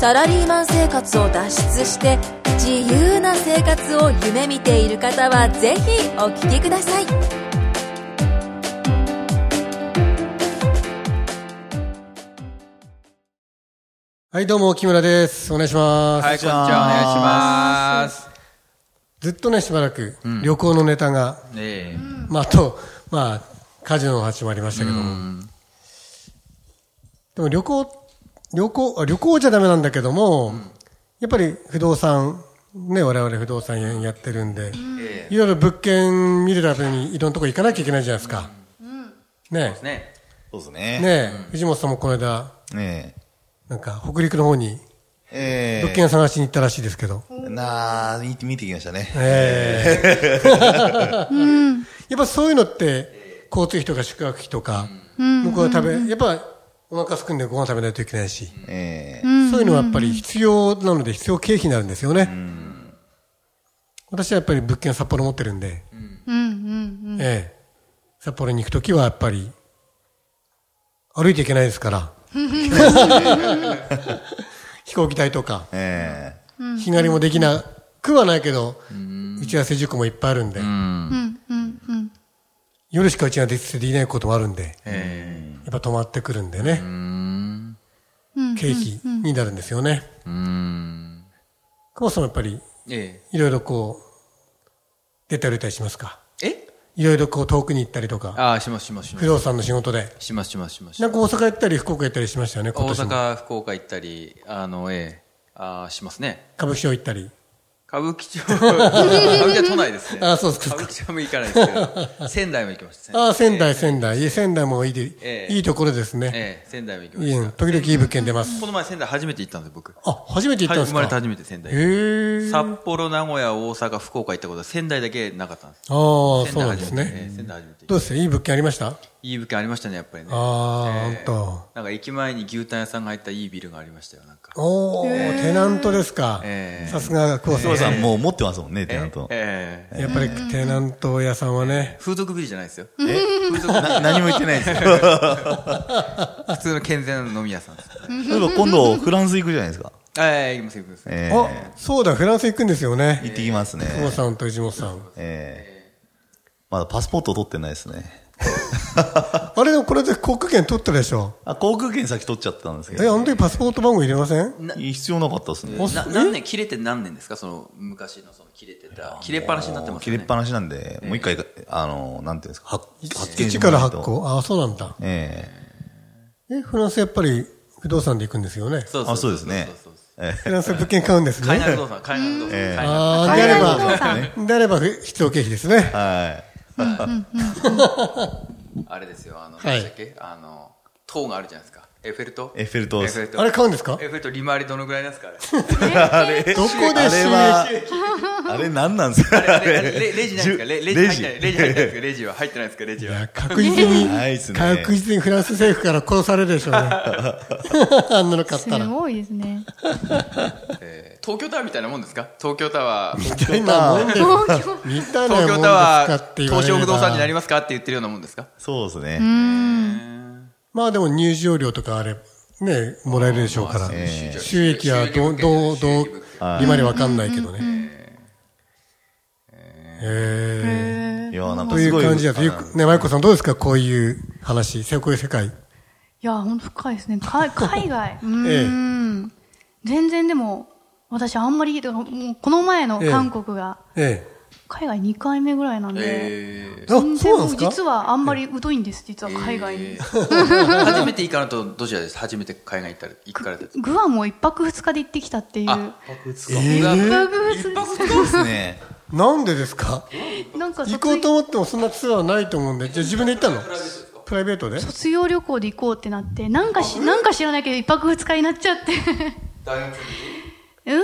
サラリーマン生活を脱出して自由な生活を夢見ている方はぜひお聞きくださいはい、どうも、木村です。お願いします。はい、こんにちは。お願いします。ずっとね、しばらく、旅行のネタが、えまあ、あと、まあ、カジノの話もありましたけどえうも。ん。でも、旅行、旅行、あ旅行じゃダメなんだけども、やっぱり不動産、ね、我々不動産屋やってるんで、えいろいろ物件見るためにいろんなとこ行かなきゃいけないじゃないですか。ねえね。そうですえ。ね。ねえ、藤本さんもこの間、ねなんか、北陸の方にえ。え物件探しに行ったらしいですけど。え。なあ、見て、見てきましたね。ええやっぱそういうのって、交通費とか宿泊費とか、向こうは食べ、やっぱお腹すくんでご飯食べないといけないし、ええ。そういうのはやっぱり必要なので必要経費になるんですよね。私はやっぱり物件札幌持ってるんで、ええ札幌に行くときはやっぱり、歩いていけないですから、 飛行機代とか、え日帰りもできなくはないけど、打ち合わせ塾もいっぱいあるんで、夜しか打ち合わせできないこともあるんで、やえっぱ泊まってくるんでね、経費になるんですよね。え。うん。久保さんもやっぱり、えいろいろこう、出たりたりしますかえ。えいろいろこう遠くに行ったりとか、ああ、しますしますしま不す。動産の仕事で。しますしますしますな。んか大阪行ったり、福岡行ったりしましたよね、今大年も。阪、福岡行ったり、あの、ええ。ああ、しますね。歌舞伎町行ったり。歌舞伎町、歌舞伎は都内ですね。あそうです歌か舞伎町も行かないですけど、仙台も行きました。ああ、仙台、仙台。いい仙台もいいえ、えいいところですええ。ね。ええ、仙台も行きまいいした。時々いい物件出ます。この前仙台初めて行ったんですよ、僕。あ、初めて行ったんはですい生かまれて初めて仙台。へえ。札幌、名古屋、大阪、福岡行ったことは仙台だけなかったんです。ああ、そ仙う台なん初でめすてえね。え仙台初めて行ったどうですいい物件ありましたいい物件ありましたね、やっぱりね。あーえーほんとなんか駅前に牛タン屋さんが入ったいいビルがありましたよ、なんか。おお、テナントですかえ。えさすが久保そうささん。ん、もう持ってますもんね、テえナント。ええやっぱりテナント屋さんはね、風俗ビルじゃないですよ。えな何も言ってない ですよ。普通の健全な飲み屋さんです。そういえば今度、フランス行くじゃないですか。ええ行きます、行きます。ええ。あ、そうだ、フランス行くんですよね。行ってきますね。久保さんと藤本さん。ええ。まだパスポート取ってないですね。あれでもこれで航空券取ったでしょあ、航空券先取っちゃったんですけえ、あど。の時パスポート番号入れませんな必要なかったですね。な何年、切れて何年ですかその、昔のその切れてた。切れっぱなしになってます切よれね。っぱなしなんで、もう一回、あの、なんていうんですか、発発見して1もからない発と。行。あ、そうなんだ。ええ、フランスやっぱり不動産で行くんですよね。そえ。あ、そうですねそうそうそう。えフランス物件買うんですね。海外不動産、海外不動産。ええ海外ああ、であれば、であれば必要経費ですねえ。。はい。あれですよ、あの、はい何でしたっけあの、塔があるじゃないですか。エッフェル塔エッフェルエ塔ッでフすェル塔。あれ買うんですか エッフェル塔、利回りどのぐらいなんですかあ れ。どこで あれ収益は、あれ何なんですかあれあれレレジないんですかレレジ入ってないレジ入ってないんですかレジは入ってないんですかレジいやは。確実に、ないっすね確実にフランス政府から殺されるで しょうね。あんなの買っすたら。ごいですね。えー東京タワーみたいなもんですか東京タ ワー。みたいなもんで、東京。みたいなもん東です京タかワってー、言われれ東証ば不動産になりますかって言ってるようなもんですかそうですね。まあでも入場料とかあれ、ね、もらえるでしょうから。ええ収益はどう、どう、どう、今でわかんないけどね。えいや、なんーかといすうごい。感じだと、ゆくね、マイコさんどうですかこういう話、せこういう世界。いや、ほんと深いですね。 か海外。うええーん。全然でも、私あんまり、だからもうこの前のええ韓国が、え海外2回目ぐらいなんで、え え。あ、全そう然なんもですうか実はあんまり疎いんです、実はー海外に。初めて行かのとどちらです初めて海外行ったら行かれた グアムを1泊2日で行ってきたっていう。あえうわ1ー泊2日ですね。なんでですか なんか行卒こうと思ってもそんなツアーないと思うんで、じゃあ自分で行ったのプライベートで卒業旅行で行こうってなって、なんかし、なんか知らないけど1泊2日になっちゃって。大学 うん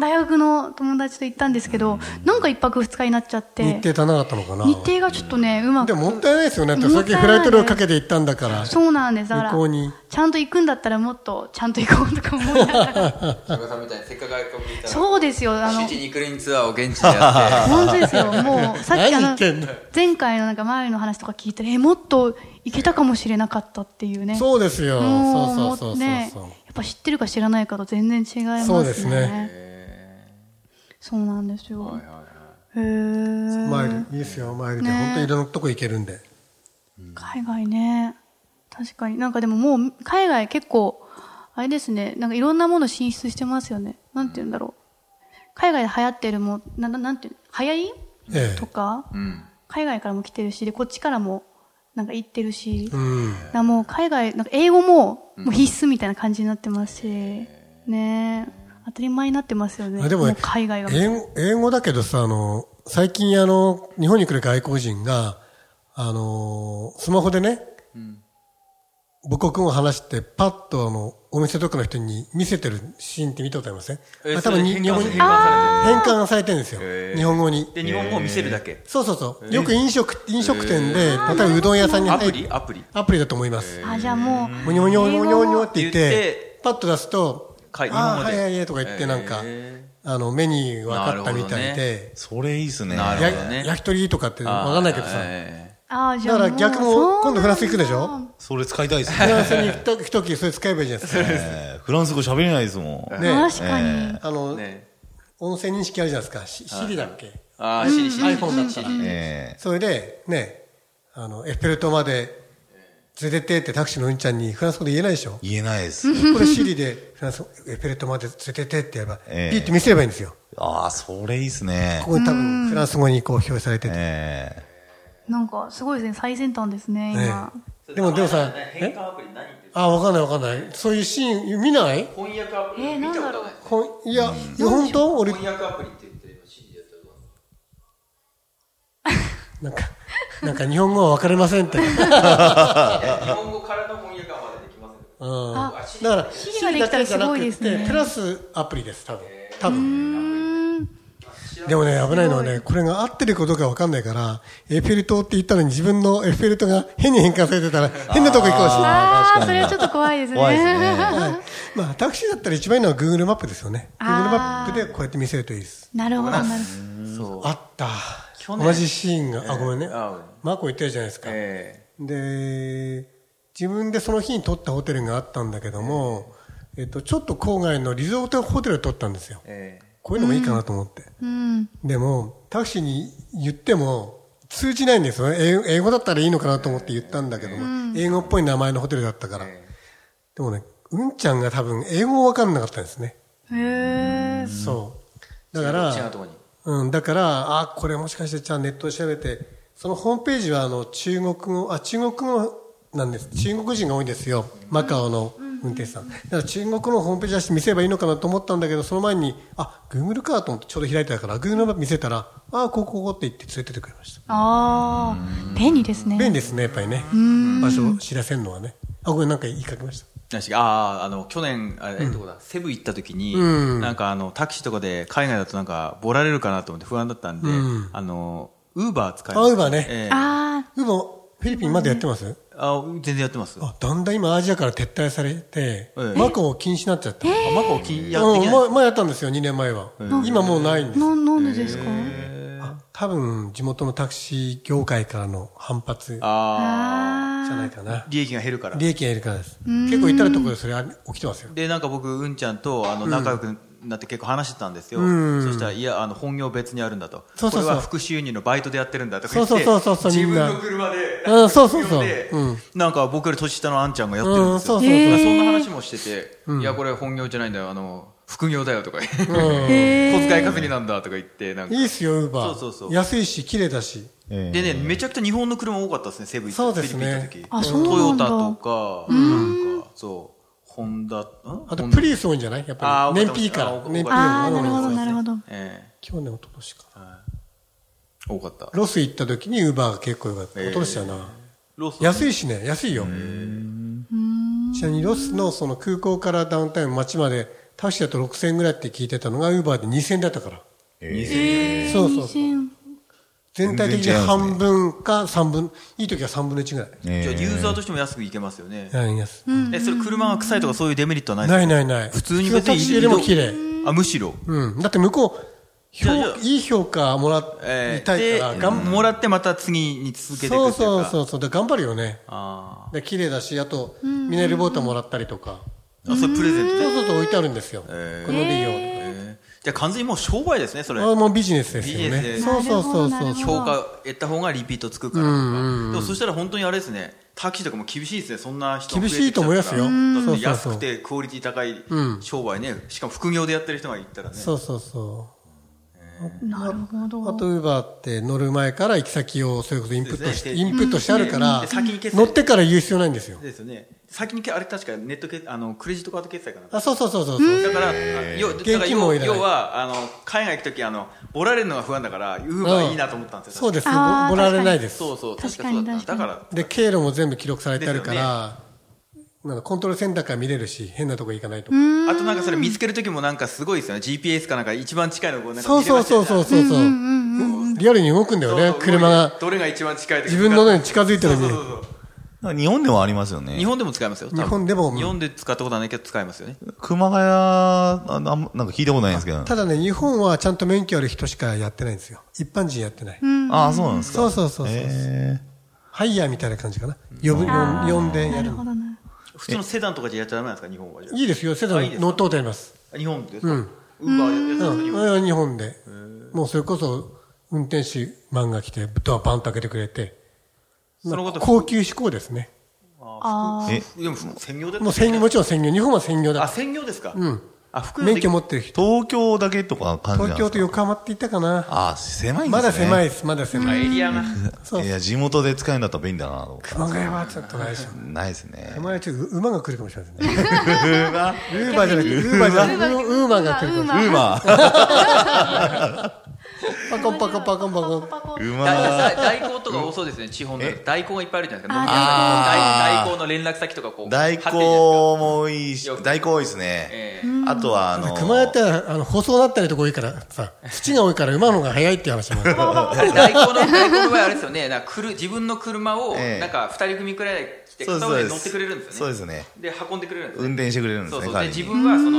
大学の友達と行ったんですけど、なんか一泊二日になっちゃって日程足らなかったのかな。日程がちょっとねうまくでももったいないですよね。だってもさっったきいないフライト料かけて行ったんだから。そうなんですだから向こうにちゃんと行くんだったらもっとちゃんと行こうとか思いなが ら田中さんみたいにせっかく外国にいたらそうですよあのシティにクリーンツアーを現地でや って本当ですよもうさっき何あ言のってんの前回のなんか周りの話とか聞いたらえもっと行けたかもしれなかったっていうねそうですよ。そうもそううそうそうねそう。やっぱ知ってるか知らないかと全然違いますねそうですねそうなんですよ、へえマイルいいですよマイルで、ね本当にいろんなとこ行けるんで。海外ね確かになんかでももう海外結構あれですねなんかいろんなもの進出してますよねなんて言うんだろう海外で流行ってるもなななんていうの流行り、ええとか、ん海外からも来てるしでこっちからもなんか行ってるし、うん。だからもう海外なんか英語ももう必須みたいな感じになってますし、ねえ当たり前になってますよねあでもう海外が英語英語だけどさ、あの、最近あの、日本に来る外国人が、あの、スマホでね、母国語を話して、パッとあの、お店とかの人に見せてるシーンって見たことありません、えあ多分にそれ日本に変変換換されてるんですよ。日本語に。で日本語を見せるだけそうそうそう。よく飲食、飲食店で、例えばうどん屋さんにア入プリアプリアプリだと思います。あじゃあもうもにょもにょもにょもにょって言っ言ってて、パッと出すと、あかー日本語はでいはいはいとか言ってなんか、あの、メニュー分かったみたいなるで、それいいですね。なるほどやね焼き鳥とかって分かんないけどさ、えあじだゃあからう逆もそう今度フランス行くでしょなんだそれ使いたいですフね。ランスに行った行く時それ使えばいいじゃないですか。えーフランス語喋れないですもん。ね確かに、あの、ーね音声認識あるじゃないですか。シリだっけああシリシリ iPhone だったシらリえそれで、ね、あの、エッフェル塔まで連れてってってタクシーのうんちゃんにフランス語で言えないでしょー。言えないです。これシリで、フランス語、エッフェル塔まで連れてってってやれば、ピええーって見せればいいんですよ。ああ、それいいですねこ。こに多分フランス語にこう表示されてて。えーなんかすごいですね最先端ですね今、ええでもでもさ、変え換アプリ何ってあ、わかんないわかんない。そういうシーン見ない翻訳アプリえーなんだろうほんいや、いや本当俺、翻訳アプリって言って今シリでやったらどうなのなんか、なんか日本語は分かりません って。うん。だいや日本語からの翻訳はまだできませんかあら、シリができたらすごいですねシリだけじゃなくてプラスアプリです、多分。多分。うんでもね、危ないのはね、これが合ってるかどうか分かんないから、エッフェル塔って言ったのに自分のエッフェル塔が変に変換されてたら、変なとこ行くかもしれない。あ確かあにそれはちょっと怖いですね怖いですねまあ、タクシーだったら一番いいのは Google マップですよね。Google マあッープでこうやって見せるといいです。 なるほどなるほそうあった。去年同じシーンが、あ、えごめんねあ。マーコ言ってるじゃないですか。えで、自分でその日に取ったホテルがあったんだけども、えっと、ちょっと郊外のリゾートホテルを取ったんですよ。えこういうのもいいかなと思って。どうんでも、タクシーに言っても、通じないんですよね。英英語だったらいいのかなと思って言ったんだけども、英語っぽい名前のホテルだったから。でもね、うんちゃんが多分英語わかんなかったんですね。へえそう。だから、違うとこにうん、だから、あ、これもしかして、じゃあネットで調べて、そのホームページは、あの、中国語、あ、中国語なんです。中国人が多いんですよ。マカオの運転手さん。だから中国のホームページ出して見せればいいのかなと思ったんだけど、その前に、あ、Google かと思ってちょうど開いてたから、Google のマップ見せたら、あ、ここ、ここって言って連れてってくれました。ああ便利ですね便利ですね、やっぱりね。場所を知らせるのはね。あ、ごめん、なんか言いかけました。なしああ、あの、去年、あれ、どこだ、セブ行った時に、うんなんかあの、タクシーとかで海外だとなんか、ボラれるかなと思って不安だったんで、うんあの、ウーバー使いあ Uber ねええああでも、フィリピンまでやってます、あ全然やってます。あ、あ、だんだん今アジアから撤退されて、ええマカオ禁止になっちゃった。マコ金やってうきん、ない前前やったんですよ、2年前は。今もうないんです。ななんでですか多分、地元のタクシー業界からの反発じゃああないかなあ、。利益が減るから。利益がいるからです。結構至るところでそれあ起きてますよ。で、なんか僕、うんちゃんと、あの、仲良くなって結構話してたんですよ。うんそしたら、いや、あの、本業別にあるんだと。そうそうそうこれは副収入のバイトでやってるんだとか言って。そうそうそうそうそう自みん分なの車で。うんそうそうそう副業でうんなんか僕より年下のあんちゃんがやってるんですよ。うんそうそうそうだからへーそんな話もしてて、いや、これ本業じゃないんだよ、あの、副業だよとか、小へえ遣い稼ぎなんだとか言って、なんか。いいっすよ、ウーバー。そうそうそう安いし、綺麗だし。えーでね、めちゃくちゃ日本の車多かったですね、セブンそうですねフィリピン行あった時。そうなんだトヨタとか、なんか、そう、ホンダ、んあと、ホンダプリウス多いんじゃないやっぱあーり。燃多かった費いいからあー多。かった燃費いいのがあーなるほど多いなるほどええ去年、一昨年かな。多かった。ロス行った時にウーバーが結構良かった。えー一昨年だな。ロス安いしね、安いよ。ちなみにロスのその空港からダウンタウン町までタクシーだと6000円ぐらいって聞いてたのが、ウーバーで2000円だったから。えー、そうそうそう妊娠全体的に全然違いますね半分か3分、いい時は3分の1ぐらい。えじゃあユーザーとしても安くいけますよね。ないですえ、それ車が臭いとかそういうデメリットはないないい。ないない。普通に別タクシーよりも綺麗。あ、むしろ。うん。だって向こう、評じゃあじゃあいい評価もらいえたいで、から、がんもらってまた次に続けていそくうっていうそうか。そうそう。で頑張るよね。あで綺麗だし、あと、ミネルボータもらったりとか。ーあ。それプレゼントそうで。そうそう置いてあるんですよ。こえーの利用。えーじゃあ完全にもう商売ですね、それ。あもうビジネスですよビジネスでね。すそうそうそうなるほどなそるうほ。評ど価得た方がリピートつくからとか、うんうんうんでもそしたら本当にあれですねタクシーとかも厳しいですねそんな人増えてき厳しいと思いまちすゃようからだってそうそうそう安くてクオリティ高いうん商売ね、しかも副業でやってる人がいったらねそうそうそなるほどう。あと、ウーバーって乗る前から行き先をそれこそインプットしでて、すねインプットしてあるからで先に決、済乗ってから言う必要ないんですよ。ですよね先にけあれ確かネットけあのクレジットカード決済かなあ、そうそうそうそうそう。だから、あ要だから現金もいらない要要はあの海外行く時あのボラれるのが不安だからウーバーいいなと思ったんですそよ、う確かです。あーぼられないです。そうそう確確かかそにうだっただからで、経路も全部記録されてあるから、なんかコントロールセンターから見れるし、変なとこ行かないとか。あとなんかそれ見つける時もなんかすごいですよね GPS かなんか一番近いのをこうなんかそう見れそまうしたよそうねそうそう。うんリアルに動くんだよそうねそう、車が。どれが一番近いとか自分のね近づいてるそうそうそうそうなんか日本でもありますよね。日本でも使えますよ多分日本でも日本で使ったことはないけど使えますよね熊谷、ああんなんか聞いたことないんですけど。ただね、日本はちゃんと免許ある人しかやってないんですよ。一般人やってない。ああ、そうなんですか。そうそうそうそうへハイヤーみたいな感じかな。呼ぶ、呼ん呼んでやなるる。ほどね普通のセダンとかじゃやっちゃダメなんですか日本はじゃいいですよ、セあダいいですン、か乗っとうとやります。あ日本ですかうウんーバーうやってるんですか日ん、本俺は日本で。もうそれこそ、運転手、漫画来て、ドアバンと開けてくれて。そのこと高級志向ですね。あえ。ーえ、でも専業でもう専業、もちろん専業。日本は専業あだ。専業ですかうん。あ副業免でき許持ってる人。東京だけとか感じなんで東すか京と横浜って言ったかな。ああ、狭いんですね。まだ狭いい。です、まだあ狭エい。リアがそういや、地元で使えるんだったら便利だなと思った。熊谷はちょっとないでしょ。ないですね。熊谷はちょっと馬が来るかもしれないですね。馬ウーバーじゃなくて、ウーバーじゃなくて、ウーバーが来るかもしれない。馬パコンパコンパコンパコン。パコ 馬代行とか多そうですね地方のえ代行がいっぱいあるじゃないですかあー飲み屋さんに代代行の連絡先とかこう大貼ってるじゃない行も多いしよ、く大行多いですね。ですかええあとは、あの、熊谷って、あの、舗装だったりとか多いからさ、土が多いから馬の方が早いっていう話もある。大行の大行の場合あれですよねなんかくる自分の車をええなんか二人組くらい来てそうです片方で乗ってくれるんですよねそうですね。で運んでくれるんですね運転してくれるんですそうね、そう代でわり自に分はそ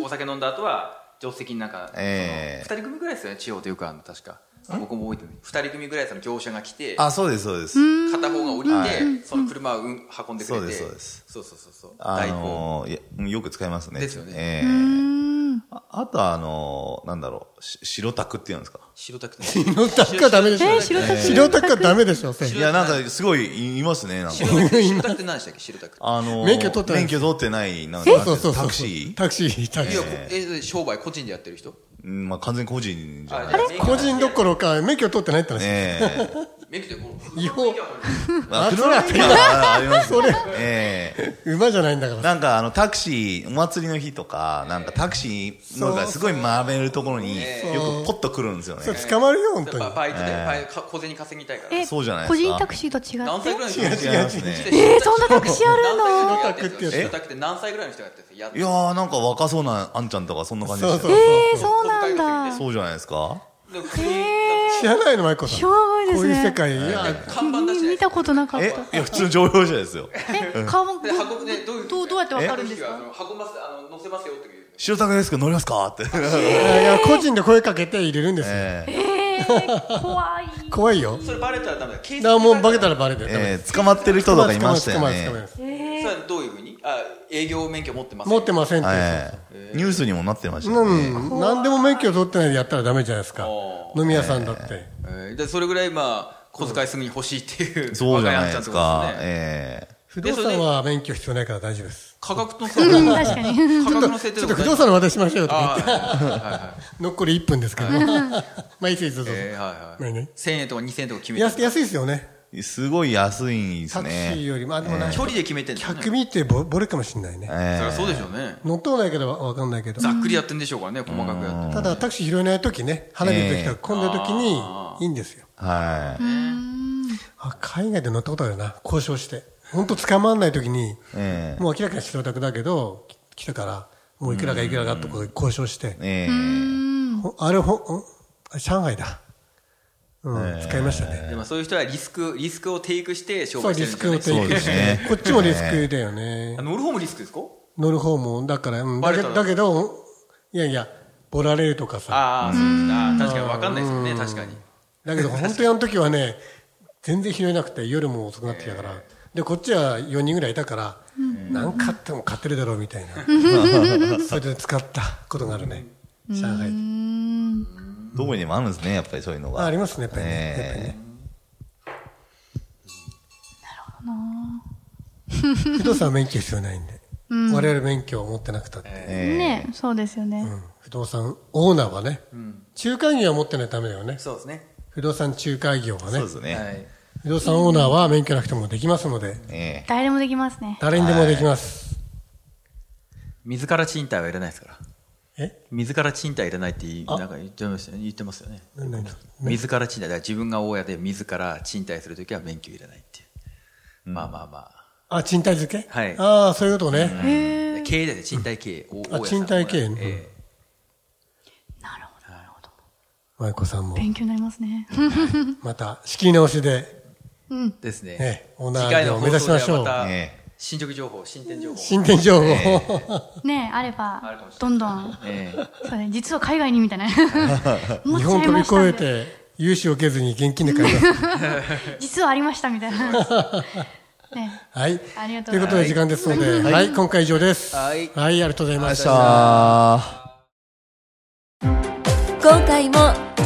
のお酒飲んだ後は助手席になんか、ええその二人組ぐらいですよね地方というかあの確か僕も覚えてる二人組ぐらいその業者が来てあ、そうです、そうです。片方が降りてその車を運運んでくれてそうですそうですそうそうそうそうあ代行のーいやうんよく使いますね。ですよねええああとは、あのーなんだろう、し白タクって言うんですか白タク白タクはダメでしょ。えー白タク白タクはダメでしょ。せいや、なんか、すごい、いいますね、なんか。白タク白タクって何でしたっけ白タクってあのー免許取ってない免許取ってない、なんそうか、そうそう。タクシータクシー、タクいシやこー。え商売個人でやってる人うんまあ、完全個人じゃないあれ個人どころか、免許取ってないって話。え え免許でこう違法まあ、そ車れだったらありますね。ええ馬じゃないんだから。なんかあのタクシー、お祭りの日とか、なんかタクシーのがすごい回れるところによくポッと来るんですよねそ。れ捕まるよ、本当に。 バイトでバイト小銭稼ぎたいからえそうじゃないですか個人タクシーと違何っ歳ぐてらいの人違う違う違うえー、そんなタクシーあるの何歳ぐらいの人がやってるんですえよ白タクって何歳ぐらいの人がやってるんですよやっいやーなんか若そうなあんちゃんとかそんな感じでそうしたそうよそう。えー、そうなんだそうじゃないですかで普通にえ知らないの、マイコさん。しょうがないですこうねいう世界。いや、看板出しーて見たことなかっえたいや普通の乗用車ですよ。え、顔もで運ぶねどういうどうどうやってわかるんですあかの運ばせあの乗せますよっていう白タクですけど乗りますかって。いや個人で声かけて入れるんですよ。えーえー、怖い怖いよ。それバレたらダメだ警だからもう化けらたらバレるよ。ダメえー捕まってる人とかいましたよ捕まえねま。す捕まえます捕まえそれはどういうふうにあ営業免許持ってまますす持ってまませんって言うんですよ。ええニュースにもなってましたよね。うん、何でも免許取ってないでやったらダメじゃないですかお。飲み屋さんだって。す、えーでそれぐらいまあ小遣いすぐに欲しいっていう、そうじゃな若いであんちすんってことか。ですねえ不動産は免許必要ないから大丈夫です。価格のうんさ確かに価ちょっ格との設定ちょっとか不動産の話しましょうよとかあーはいはいはい言って。残り1分ですけど。 まあいいですよ、どうぞ。えーはいはい何々1000円とか2000円とか決めて安安いですよね。えすごい安いんですタクシーね。より。まあでもな、距離で決めてるんですよね100ミってぼぼれるかもしれないね。そりえゃそうでしょうね乗ってもないけどわかんないけど。ざっくりやってんでしょうからね細かくやってただタクシー拾えない時ね、花火の時とか混んだ時にいいんですよ。えはい。あ海外で乗ったことあるな、交渉して。本当捕まんない時に、ええもう明らかに白タクだけど、き来たから、もういくらかいくらかとか交渉して、ええほあれほ、んあ上海だ。うん、使いましたね。でもそういう人はリスク、リスクをテイクして商そう、売してリるんスですクよをね。提供しそうですて、ねこっちもリスクだよねあ。乗る方もリスクですか乗る方も、だから、うん、だけバレたらだけど、いやいや、ボラれるとかさ。ああ、そうですねあー確かに分かんないですもんね、確かに。だけど、本当にあの時はね、全然拾えなくて、夜も遅くなってきたから。で、こっちは4人ぐらいいたから、何買っても勝てるだろうみたいな。それで使ったことがあるね。上海で。どこにでもあるんですねやっぱりそういうのがあありますね、やっぱりね。やっぱりねえ工藤さんは免許必要ないんで、我々免許を持ってなくたって、ねそうですよね。不動産オーナーはね、仲介業は持ってないためだよねそうですね。不動産仲介業はえねそうですね、はい。不動産オーナーは免許なくてもできますので、え誰でもできますね。誰にでもできます、自ら賃貸はいらないですから。え自ら賃貸いらないっていなんか言ってますよね。言ってますよね。何何自ら賃貸。だから自分が大家で自ら賃貸するときは免許いらないっていう。まあまあまあ。あ賃貸付け、はいああそういうことね、経営だよね、賃貸経営。おあ大家さん賃貸経営ねえなるほど、なるほど。舞子さんも勉強になりますね。また仕切り直しでうん。えですね。ねオーナー次回のを放目指し送までしょはうまたええ進捗情報、進展情報。新店情報、ねあればあるかもしれないどんどん、ええそれ実は海外にみたい な日日本飛び越えて融資を受けずに現金で買います 実はありましたみたいなねはいありがとといううこございますとで時間ですので、はい、今回以上ですははいい、ありがとうございましたあー今回も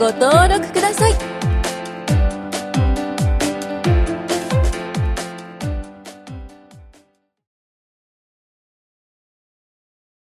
ご登録ください